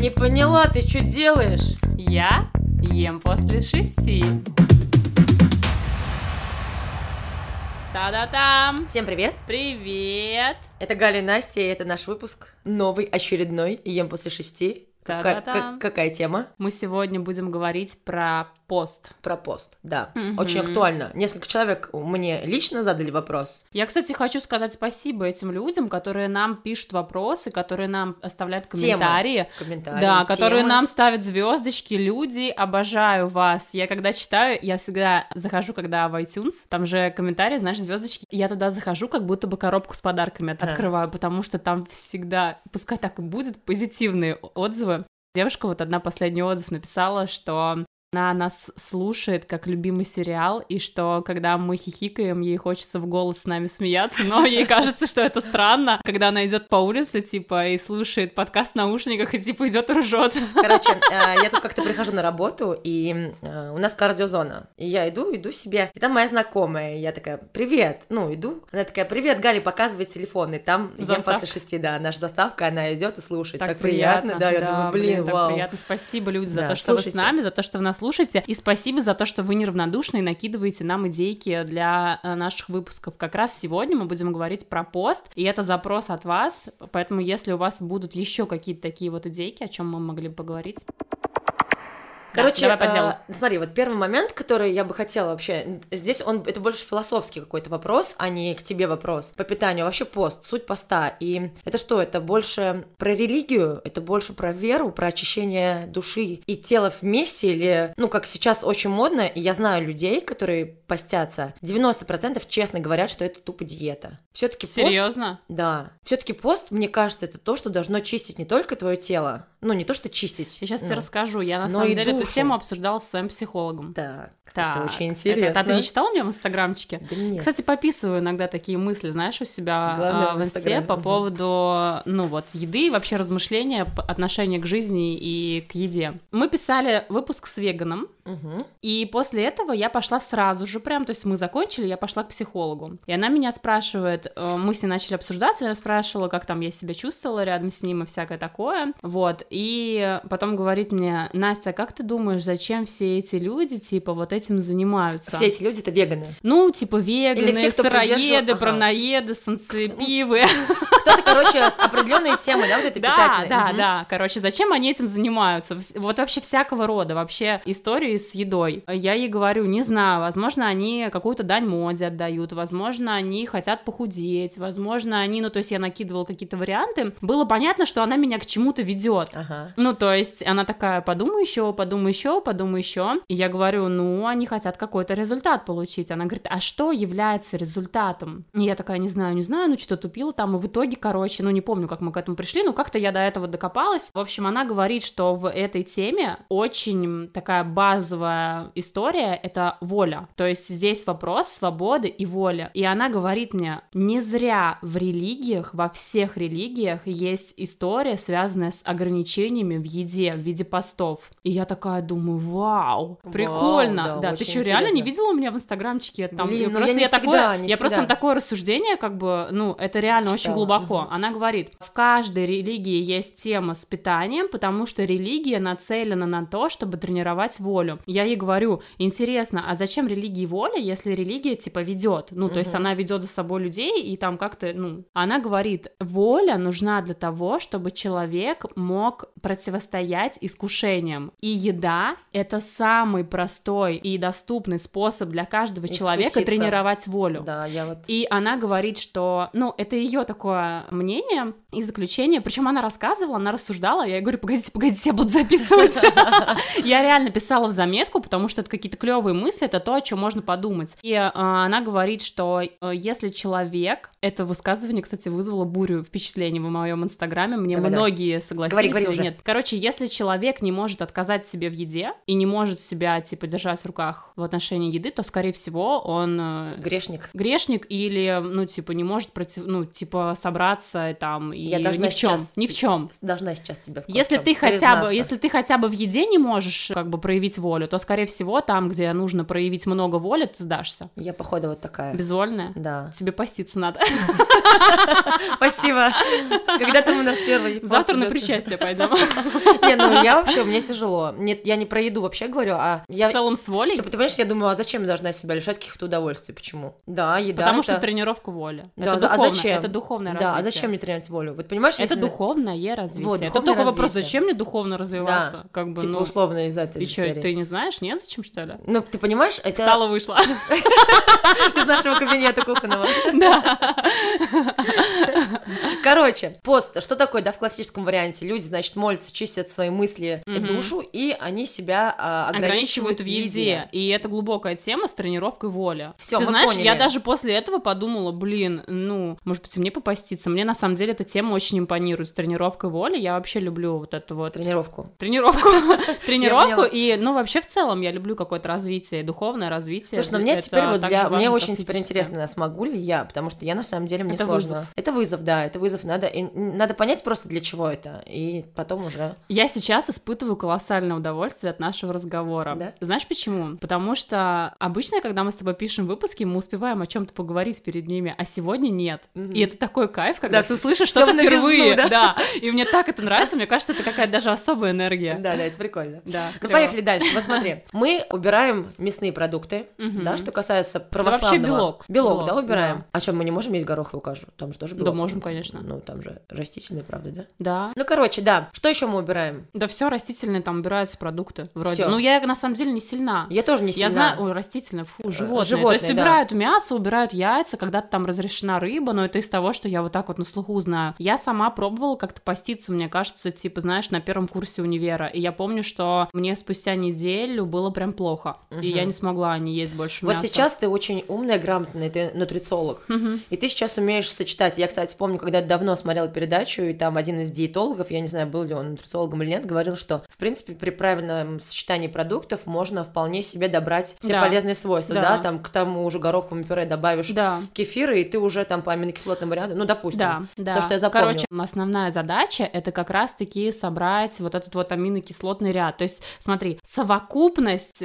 Не поняла, ты что делаешь? Я ем после шести. Та-да-там! Всем привет! Привет! Это Галя и Настя, и это наш выпуск. Новый, очередной, «Ем после шести». Какая, Та-да-там! как- какая тема? Мы сегодня будем говорить про пост. Про пост, да. Мгм. Очень актуально. Несколько человек мне лично задали вопрос. Я, кстати, хочу сказать спасибо этим людям, которые нам пишут вопросы, которые нам оставляют Темы. комментарии. Комментарии, да, которые темы. нам ставят звездочки, люди, обожаю вас. Я когда читаю, я всегда захожу, когда в iTunes, там же комментарии, знаешь, звездочки. Я туда захожу, как будто бы коробку с подарками Да. открываю, потому что там всегда, пускай так и будет, позитивные отзывы. Девушка вот одна последний отзыв написала, что она нас слушает как любимый сериал, и что когда мы хихикаем, ей хочется в голос с нами смеяться, но ей кажется, что это странно, когда она идет по улице, типа, и слушает подкаст в наушниках, и типа идет и ржет. Короче, э, я тут как-то прихожу на работу, и э, у нас кардиозона. И я иду, иду себе. И там моя знакомая. и Я такая, привет. Ну, иду. Она такая, привет, Гали, показывай телефон. И там ем Заставка. после шести, да, наша заставка, она идет и слушает. Так, приятно. да. Я думаю, блин, так вау. приятно. Спасибо, люди, за Да, то, что вы слушайте. с нами, за то, что вы нас слушаете, и спасибо за то, что вы неравнодушны и накидываете нам идейки для э, наших выпусков. Как раз сегодня мы будем говорить про пост, и это запрос от вас, поэтому если у вас будут еще какие-то такие вот идейки, о чем мы могли бы поговорить, Короче, давай по э, делу. смотри, вот первый момент, который я бы хотела вообще, н- здесь он, это больше философский какой-то вопрос, а не к тебе вопрос. По питанию вообще пост, суть поста. И это что? Это больше про религию, это больше про веру, про очищение души и тела вместе или, ну, как сейчас очень модно, и я знаю людей, которые постятся, 90% честно говорят, что это тупо диета. Все-таки пост серьезно? да. Все-таки пост, мне кажется, это то, что должно чистить не только твое тело. Ну, не то, что чистить. Я сейчас ну. тебе расскажу. Я на Но самом и деле эту душу. тему обсуждала со своим психологом. Так, Так, это очень это- интересно. а ты не читал меня в инстаграмчике? Да нет. Кстати, пописываю иногда такие мысли, знаешь, у себя Главное, а, в в инсте Инстаграме, по мгм. поводу, ну вот, еды и вообще размышления, по- отношения к жизни и к еде. Мы писали выпуск с веганом, Мгм. и после этого я пошла сразу же прям, то есть мы закончили, я пошла к психологу. И она меня спрашивает, э, мы с ней начали обсуждаться, я спрашивала, как там я себя чувствовала рядом с ним и всякое такое. Вот, и потом говорит мне, Настя, а как ты думаешь, зачем все эти люди, типа, вот этим занимаются? Все эти люди это веганы. Ну, типа веганы, Или все, кто придерживает- сыроеды, ага. правноеды, санцепивы. Кто-то, короче, с определенной темы, да, вот этой Да, питательной. да, Мгм. да. Короче, зачем они этим занимаются? Вс- Вот вообще всякого рода, вообще истории с едой. Я ей говорю, не знаю, возможно, они какую-то дань моде отдают, возможно, они хотят похудеть, возможно, они, ну, то есть я накидывала какие-то варианты. Было понятно, что она меня к чему-то ведет. Ага. Ну, то есть она такая, подумай еще, подумай еще, подумай еще. И я говорю, ну, они хотят какой-то результат получить. Она говорит, а что является результатом? И я такая, не знаю, не знаю, ну, что-то тупила там. И в итоге, короче, ну, не помню, как мы к этому пришли, но как-то я до этого докопалась. В общем, она говорит, что в этой теме очень такая базовая история — это воля. То есть здесь вопрос свободы и воли. И она говорит мне, не зря в религиях, во всех религиях есть история, связанная с ограничениями в еде, в виде постов. И я такая думаю, вау, Вау, прикольно. да, да, ты очень что, реально не интересно. видела у меня в инстаграмчике? Там Блин, ну просто я я, не всегда, такое, не я просто всегда. там такое рассуждение, как бы, ну, это реально очень Читала, глубоко. мгм. Она говорит, в каждой религии есть тема с питанием, потому что религия нацелена на то, чтобы тренировать волю. Я ей говорю, интересно, а зачем религии воля, если религия, типа, ведет? Ну, то есть Мгм. она ведет за собой людей, и там как-то, ну... Она говорит, воля нужна для того, чтобы человек мог противостоять искушениям. И еда — это самый простой и доступный способ для каждого человека Искуситься. тренировать волю. Да, я вот... И она говорит, что, ну, это ее такое мнение и заключение. Причем она рассказывала, она рассуждала. Я ей говорю, погодите, погодите, я буду записывать. Я реально писала в заметку, потому что это какие-то клевые мысли, это то, о чем можно подумать. И э, она говорит, что э, если человек, это высказывание, кстати, вызвало бурю впечатлений в моем инстаграме, мне Давай, давай. многие согласились Говори, говори или уже. нет. Короче, если человек не может отказать себе себе в еде и не может себя, типа, держать в руках в отношении еды, то, скорее всего, он э, Грешник. грешник или, ну, типа, не может против, ну, типа, собраться и там и Я должна ни в чем, сейчас ни в ти- чем. Должна сейчас тебе в Если кое-чём ты хотя бы, признаться. если ты хотя бы в еде не можешь как бы проявить волю, то, скорее всего, там, где нужно проявить много воли, ты сдашься. Я, походу, вот такая. Безвольная. Да. Тебе поститься надо. Спасибо. Когда там у нас первый? пост Завтра на идёт? причастие пойдем. Не, ну я вообще, мне тяжело. Нет, я не про еду вообще говорю, а я... В целом с Ты, волей, ты понимаешь, я думаю, а зачем я должна себя лишать каких-то удовольствий? Почему? Да, еда. потому это- что тренировка воли. Да, Это за- а духовно- зачем? Это духовное развитие. Да, а зачем мне тренировать волю? Вот понимаешь, Это если- духовное развитие. Вот, это духовное только вопрос, развитие. зачем мне духовно развиваться? Как бы, Типа ну, условно из этой ты же чё, серии. ты не знаешь, нет, зачем, что ли? Ну, ты понимаешь, это Встала, вышла. из нашего кабинета кухонного. Да. Короче, пост, что такое, да, в классическом варианте? Люди, значит, молятся, чистят свои мысли и Мгм. душу, и они себя а, Ограничивают в еде. еде. И это глубокая тема с тренировкой воли. Всё, Ты мы знаешь, я поняли. даже после этого подумала, блин, ну, может быть, и мне попаститься. Мне, на самом деле, эта тема очень импонирует с тренировкой воли. Я вообще люблю вот это вот Тренировку. тренировку, тренировку поняла. и, ну, вообще в целом я люблю какое-то развитие, духовное развитие. Слушай, но мне Это теперь вот так для... же Мне важно, очень как теперь физическое. интересно, смогу ли я, потому что я на самом деле мне Это сложно. вызов. Это вызов, да, это вызов. Надо, и надо понять просто для чего это, и потом уже... Я сейчас испытываю колоссальное удовольствие от нашего разговора. Да? Знаешь почему? Потому что обычно, когда мы с тобой пишем выпуски, мы успеваем о чем-то поговорить перед ними, а сегодня нет. Мгм. И это такой кайф, когда Да, ты всё- слышишь всё что-то в новизну, впервые. да? И мне так это нравится. Мне кажется, это какая-то даже особая энергия. Да, да, это прикольно. Да. Ну, клёво. поехали дальше. Вот смотри, мы убираем мясные продукты, Мгм. да, что касается вообще православного. белок. Белок, Белок, да, убираем. да. А что, мы не можем есть гороховую кашу? Там же тоже Да, белок. можем, конечно. Ну, там же растительный, правда, да? Да. Ну, короче, да. Что еще мы убираем? Да все растительные там убираются продукты вроде. Всё. Ну я на самом деле не сильна. Я тоже не сильна. Я знаю, ой, растительное, фу, животное. То Э, животные, есть да. убирают мясо, убирают яйца, когда-то там разрешена рыба, но это из того, что я вот так вот на слуху знаю. Я сама пробовала как-то поститься, мне кажется, типа, знаешь, на первом курсе универа. И я помню, что мне спустя неделю было прям плохо. Мгм. И я не смогла не есть больше Вот мяса. сейчас ты очень умная, грамотная, ты нутрициолог. Мгм. И ты сейчас умеешь сочетать. Я, кстати, помню, когда давно смотрела передачу, и там один из диетологов, я не знаю, был ли он нутрициологом или нет, говорил, что, в принципе, при правильном сочетании продуктов можно вполне себе добрать все Да. полезные свойства, Да. да. там к тому же гороховому пюре добавишь Да. кефира, и ты уже там по аминокислотному ряду, ну, допустим. Да, да. что я запомнила. Короче, основная задача это как раз-таки собрать вот этот вот аминокислотный ряд. То есть, смотри, совокупность.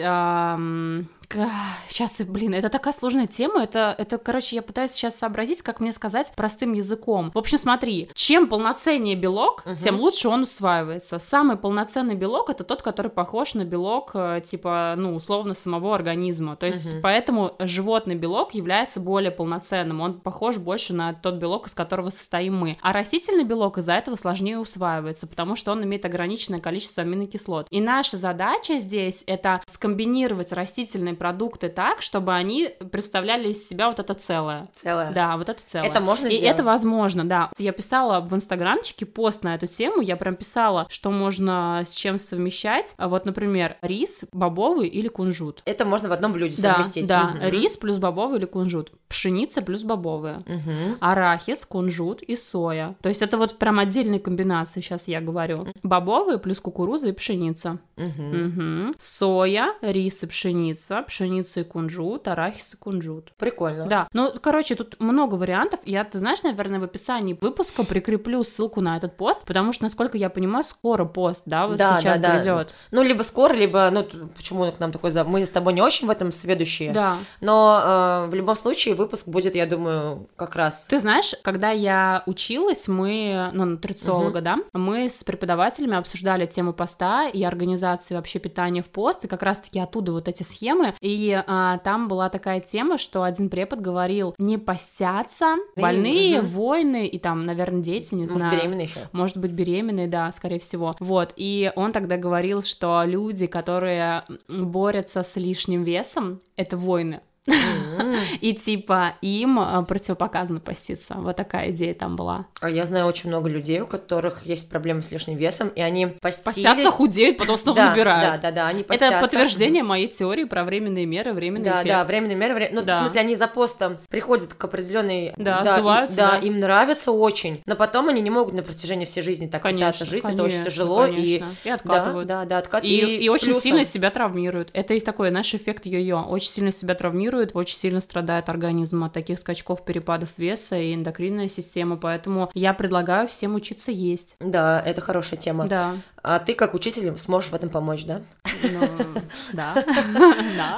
Сейчас, блин, это такая сложная тема. Это, это, короче, я пытаюсь сейчас сообразить, как мне сказать простым языком. В общем, смотри, чем полноценнее белок, Мгм. тем лучше он усваивается. Самый полноценный белок это тот, который похож на белок, э, типа, ну, условно, самого организма. То есть, Мгм. поэтому животный белок является более полноценным. Он похож больше на тот белок, из которого состоим мы. А растительный белок из-за этого сложнее усваивается, потому что он имеет ограниченное количество аминокислот. И наша задача здесь это скомбинировать растительные продукты так, чтобы они представляли из себя вот это целое. Целое. Да, вот это целое. Это можно И сделать. это возможно, да. Я писала в инстаграмчике пост на эту тему, я прям писала, что можно с чем совмещать. А Вот, например, рис, бобовый или кунжут. Это можно в одном блюде Да, совместить. да, Мгм. рис плюс бобовый или кунжут, пшеница плюс бобовая, Мгм. арахис, кунжут и соя. То есть это вот прям отдельные комбинации, сейчас я говорю. Бобовые плюс кукуруза и пшеница. Мгм. Мгм. Соя, рис и пшеница, пшеница и кунжут, арахис и кунжут. Прикольно. Да, ну, короче, тут много вариантов. Я, ты знаешь, наверное, в описании выпуска прикреплю ссылку на этот пост, потому что, насколько я понимаю, скоро пост, да, вот Да, сейчас да, да. грядет. Ну, либо скоро, либо, ну, т- почему к нам такой... за- Мы с тобой не очень в этом сведущие, Да. но э, в любом случае выпуск будет, я думаю, как раз... Ты знаешь, когда я училась, мы, ну, нутрициолога, да, мы с преподавателями обсуждали тему поста и организации вообще питания в пост, и как раз-таки оттуда вот эти схемы, и а, там была такая тема, что один препод говорил, не постятся И, больные, мгм. войны и там, наверное, дети, не Может, знаю. беременна еще? Может быть, беременной, да, скорее всего. Вот, и он тогда говорил, что люди, которые борются с лишним весом, это войны. И типа им э, противопоказано поститься. Вот такая идея там была. А я знаю очень много людей, у которых есть проблемы с лишним весом, и они постились... Постятся, худеют, потом снова да, набирают. Да, да, да, они постятся. Это подтверждение моей теории про временные меры, временный Да, эффект. да, временные меры, вре- ну, Да. в смысле, они за постом приходят к определенной... Да, и- сдуваются, да, да. им нравится очень, но потом они не могут на протяжении всей жизни так пытаться жить, это очень конечно, тяжело, и... конечно. И откатывают. Да, да, да, откат. И, и очень плюсом- сильно себя травмируют. Это есть такой, знаешь, эффект йо-йо. Очень сильно себя травмирует, очень сильно страдает организм от таких скачков, перепадов веса и эндокринная система. Поэтому я предлагаю всем учиться есть. Да, это хорошая тема. Да. А ты как учитель сможешь в этом помочь, да? Ну, Да. Да.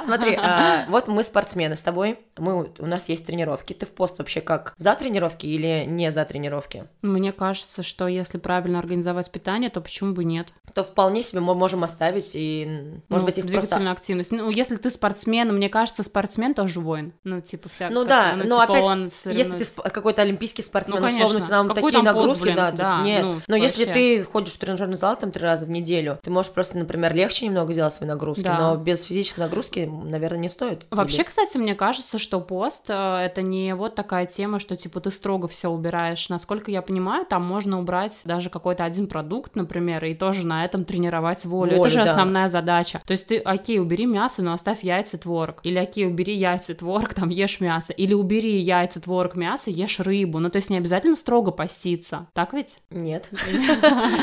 Смотри, а, вот мы спортсмены с тобой, мы у нас есть тренировки. Ты в пост вообще как? За тренировки или не за тренировки? Мне кажется, что если правильно организовать питание, то почему бы нет? То вполне себе мы можем оставить и, м, может Ну, быть, их просто. двигательная активность. Ну, если ты спортсмен, мне кажется, спортсмен тоже воин. Ну, типа, вся Ну как- да, но типа, опять, он всё Если равно ты сп- какой-то олимпийский спортсмен, Ну, условно, конечно. нам Какой такие там пост, нагрузки, блин? да, тут Да, нет. ну, но если вообще. ты ходишь в тренажерный зал там три раза в неделю, ты можешь просто, например, легче немного сделать свои нагрузки, Да. но без физической нагрузки, наверное, не стоит. Вообще, кстати, мне кажется, что пост э, это не вот такая тема, что типа ты строго все убираешь. Насколько я понимаю, там можно убрать даже какой-то один продукт, например, и тоже на этом тренировать волю. Волю, это же да. основная задача. То есть ты, окей, убери мясо, но оставь яйца творог. Или окей, убери яйца творог, там ешь мясо. Или убери яйца творог мясо, ешь рыбу. Ну то есть не обязательно строго поститься. Так ведь? Нет.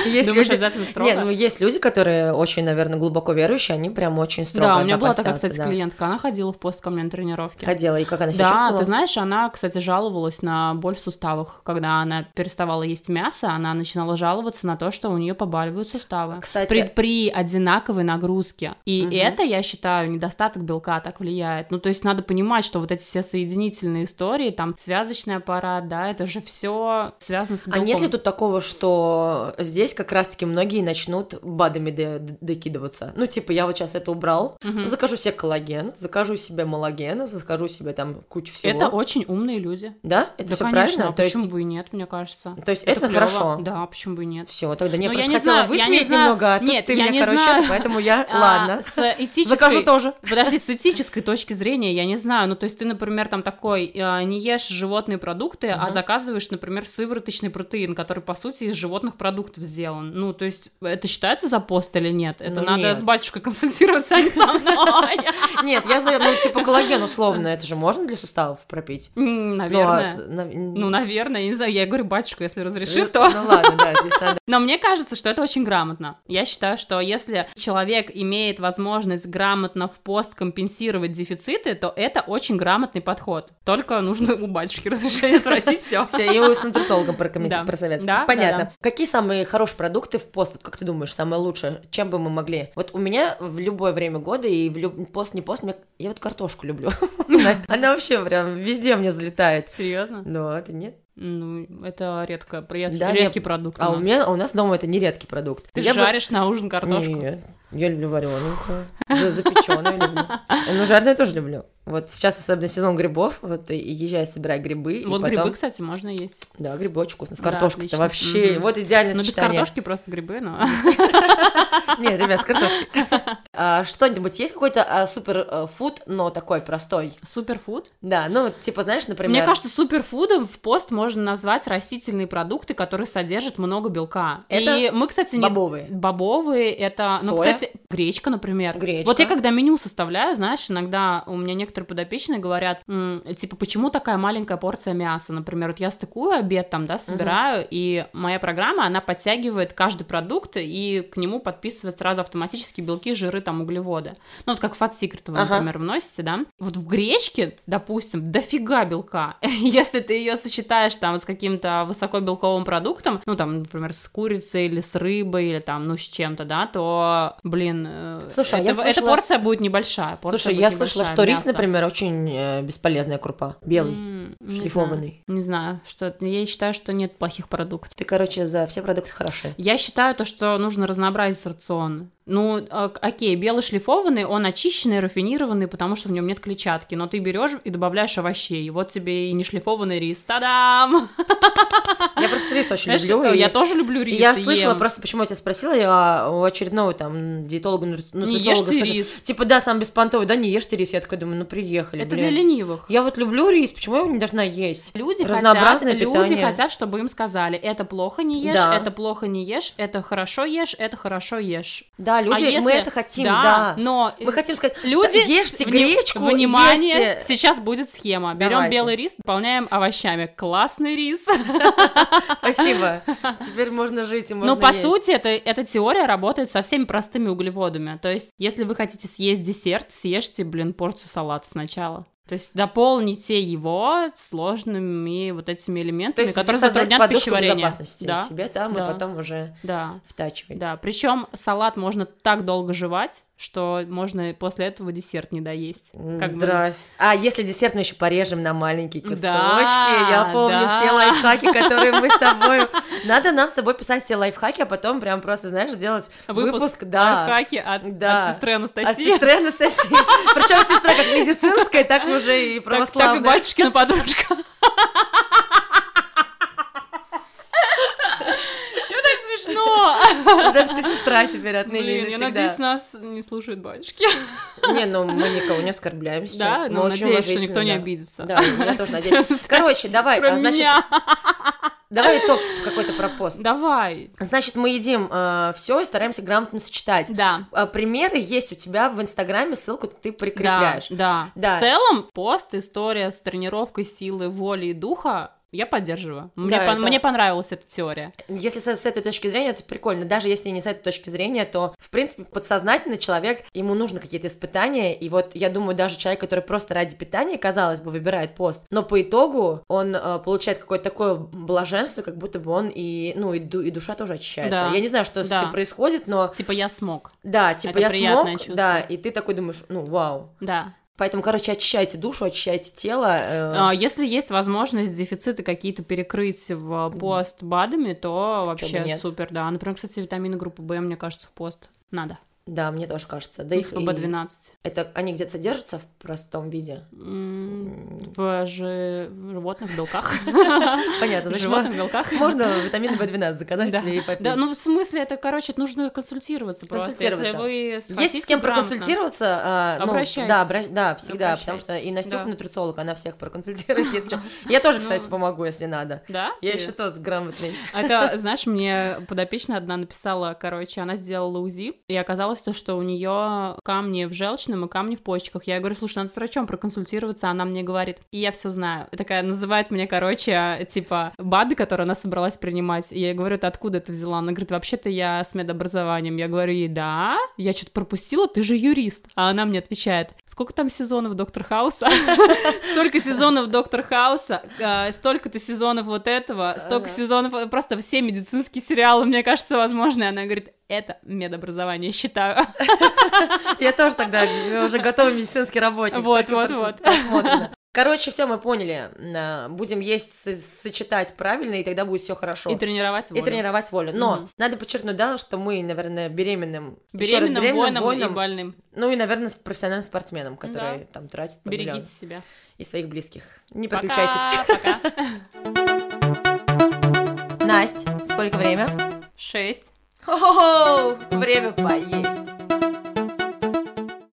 Есть Думаешь, люди- обязательно строго? Не, ну есть люди, которые очень, наверное, глубоко верующие, они прям очень строго. да, у меня да, была такая, постятся, кстати, да. клиентка. Она ходила в пост ко мне на тренировке. Ходила, и как она себя Да, чувствовала? ты знаешь, она, кстати, жаловалась на боль в суставах. Когда она переставала есть мясо, она начинала жаловаться на то, что у нее побаливают суставы. Кстати- при, при одинаковой нагрузке. И Мгм. это, я считаю, недостаток белка так влияет. Ну, то есть надо понимать, что вот эти все соединительные истории, там связочный аппарат, да, это же все связано с А белком. нет ли тут такого, что здесь как раз-таки многие начнут БАДами д- д- докидываться? Ну, типа, я вот сейчас это убрал, Мгм. закажу себе коллаген, закажу себе малоген, закажу себе там кучу всего. Это очень умные люди. Да? Это да, все конечно, правильно? а то, есть, почему бы и нет, мне кажется. то есть это, клёво. хорошо? Да, почему бы и нет. Все, тогда не Ну, я просто не хотела знаю, я не высмеять знаю. немного, а тут Нет, ты я меня, не короче, знаю. это, поэтому я, А, ладно, с этической... закажу тоже. Подожди, с этической точки зрения, я не знаю, ну то есть ты, например, там такой, э, не ешь животные продукты, а Мгм. заказываешь, например, сывороточный протеин, который, по сути, из животных продуктов сделан. Ну, то есть это считается за пост или нет? Это Ну, надо нет. с батюшкой консультироваться, а не со мной. Нет, я за, ну, типа, коллаген условно, это же можно для суставов пропить? М, Ну, а с- Наверное. на- Ну, наверное, я не знаю, я говорю батюшку, если разрешит, то... Ну ладно, да, здесь надо. Но мне кажется, что это очень грамотно. Я считаю, что если человек имеет возможность грамотно в пост компенсировать дефициты, то это очень грамотный подход. Только нужно у батюшки разрешение спросить все. Все, и с нутрициологом Да. прокомментировать, просоветовать. Да, да, Понятно. да. Какие самые хорошие продукты в пост, вот как ты думаешь, самое лучшее? Чем бы мы могли? Вот у меня в любое время года и в люб- пост, не пост, мне- я вот картошку люблю. Настя, Она вообще прям везде мне залетает. Серьезно? Ну, а ты нет. Ну, это редко, ред- Да, редкий продукт. А у нас. меня, а у нас дома это не редкий продукт. Ты Я бы- жаришь на ужин картошку. Нет, я люблю вареную, запеченную люблю. Ну, жареную тоже люблю. Вот сейчас особенно сезон грибов, вот и езжай, собирай грибы. и Вот потом- грибы, кстати, можно есть. Да, грибы очень вкусно. С Да, картошкой это отлично. вообще. Мгм. Вот идеальное Ну, без сочетание. картошки просто грибы, но... Нет, ребят, с картошкой. А, Что-нибудь есть какой-то а, супер а, фуд, но такой простой? Суперфуд? Да, ну, типа, знаешь, например... Мне кажется, суперфудом в пост можно назвать растительные продукты, которые содержат много белка. Это И мы, кстати, не... бобовые. Бобовые это, ну, Соя. кстати, гречка, например. Гречка. Вот я когда меню составляю, знаешь, иногда у меня некоторые подопечные говорят, «М, типа, почему такая маленькая порция мяса, например, вот я стыкую обед там, да, собираю, и моя программа, она подтягивает каждый продукт и к нему подписывает сразу автоматически белки, жиры, там, углеводы. Ну, вот как в Fat Secret вы, Ага. например, вносите, да? Вот в гречке, допустим, дофига белка. Если ты ее сочетаешь там с каким-то высокобелковым продуктом, ну, там, например, с курицей или с рыбой или там, ну, с чем-то, да, то, блин, э, Слушай, а я это- эта слышала- порция будет небольшая. порция Слушай, будет я слышала, небольшая, что рис, мясо. например, очень э, бесполезная крупа. Белый. М, не шлифованный. знаю, Не знаю, что я считаю, что нет плохих продуктов. Ты, короче, за все продукты хороши. Я считаю то, что нужно разнообразить рацион. Ну, а- окей, белый шлифованный, он очищенный, рафинированный, потому что в нем нет клетчатки, но ты берешь и добавляешь овощей, и вот тебе и не шлифованный рис, та-дам! Я просто рис очень Знаешь, люблю. что, и- я тоже люблю и рис. Я и слышала ем. просто, почему я тебя спросила, я у очередного там диетолога, нутри- Не ешь нутрициолога ты слышала, рис. Типа, да, сам беспонтовый, да, не ешь ты рис. Я такая думаю, ну приехали, Это блин. для ленивых. Я вот люблю рис, почему я его не должна есть? Люди хотят, Разнообразное люди питание. хотят, чтобы им сказали, это плохо не ешь, Да. это плохо не ешь, это хорошо ешь, это хорошо ешь. Да, люди, А мы если- ну, э, это хотим, да. Но Мы хотим сказать, люди, «Да, ешьте вни- гречку, внимание, ешьте». сейчас будет схема. Берем Давайте. белый рис, дополняем овощами. Классный рис. Спасибо. Теперь можно жить и можно Но Ну, по есть. сути это эта теория работает со всеми простыми углеводами. То есть, если вы хотите съесть десерт, съешьте, блин, порцию салата сначала. То есть дополните его сложными вот этими То элементами, есть которые создать затруднят подушку пищеварение. безопасности Да, себе там да. и потом уже да. втачивать. Да, причем салат можно так долго жевать, что можно и после этого десерт не доесть. М, Как бы- Здрасте. А если десерт мы еще порежем на маленькие Да, кусочки, я помню да. все лайфхаки, которые мы с тобой. Надо нам с тобой писать все лайфхаки, а потом прям просто, знаешь, сделать Выпуск, выпуск, да. лайфхаки от, Да. от сестры От Анастасии. сестры Анастасии. Причем сестра как медицинская, так уже и Так, так и православная. батюшкина подружка. Чего так смешно? Даже ты сестра теперь отныне Блин, и я навсегда. надеюсь, нас не слушают батюшки. Не, ну мы никого не оскорбляем сейчас. Да, Мы ну, очень надеюсь, что уважительно, никто не да. обидится. Да, я тоже надеюсь. Короче, давай, а, Кроме значит, меня. давай итог какой-то про пост. Давай. Значит, мы едим все и стараемся грамотно сочетать. Да. А, Примеры есть у тебя в Инстаграме, ссылку ты прикрепляешь. Да, да. Да. В целом, пост, история с тренировкой силы, воли и духа я поддерживаю. Мне, Да, пон- это- мне понравилась эта теория. Если со- с, этой точки зрения, это прикольно. Даже если не с этой точки зрения, то, в принципе, подсознательно человек, ему нужны какие-то испытания. И вот я думаю, даже человек, который просто ради питания, казалось бы, выбирает пост, но по итогу он э, получает какое-то такое блаженство, как будто бы он и, ну, и, ду- и душа тоже очищается. Да. Я не знаю, что Да. с этим происходит, но Типа я смог. да, типа Это я приятное смог, чувство. да, и ты такой думаешь, ну, вау. Да. Поэтому, короче, очищайте душу, очищайте тело. э, А, Если есть возможность дефициты какие-то перекрыть в пост БАДами, то Чё бы вообще нет. супер, да. Например, кстати, витамины группы В, мне кажется, в пост надо. Да, мне тоже кажется. Да их Их и- ББ12. Это они где-то содержатся в простом виде. М, М, В же- в животных белках. Понятно, В значит, животных белках. мо- можно витамин В12 заказать Да. или попить. Да, ну в смысле, это, короче, нужно консультироваться просто. Если Консультироваться. вы Есть с кем проконсультироваться, а, ну, Обращайтесь. да, обра- да, всегда, потому что и Обращайтесь, Настюха да. нутрициолог, она всех проконсультирует, если что. Я тоже, кстати, Ну. помогу, если надо. Да? Я Ты? еще тот грамотный. А Это, знаешь, мне подопечная одна написала, короче, она сделала УЗИ, и оказалось то, что у нее камни в желчном и камни в почках. Я ей говорю, слушай, надо с врачом проконсультироваться, она мне говорит, и я все знаю. И такая называет меня, короче, типа, БАДы, которые она собралась принимать. И я ей говорю, ты откуда это взяла? Она говорит, вообще-то я с медобразованием. Я говорю ей, да, я что-то пропустила, ты же юрист. А она мне отвечает, сколько там сезонов Доктор Хауса? Столько сезонов Доктор Хауса, э, столько-то сезонов вот этого, столько Ага. сезонов, э, просто все медицинские сериалы, мне кажется, возможно. И она говорит, это медобразование, считаю. Я тоже тогда уже готовый медицинский работник. Вот, Столько вот, прос- вот. просмотрено. Короче, все мы поняли. На- Будем есть, с- сочетать правильно, и тогда будет все хорошо. И тренировать И волю. тренировать волю. Но Мгм. надо подчеркнуть, да, что мы, наверное, беременным, ещё раз, Беременным, воинам и больным. ну и, наверное, с профессиональным спортсменам, которые там тратят по миллион. Берегите себя. И своих близких. Не Пока, переключайтесь. Пока. Настя, сколько время? Шесть. Хо-хо-хо! Время поесть.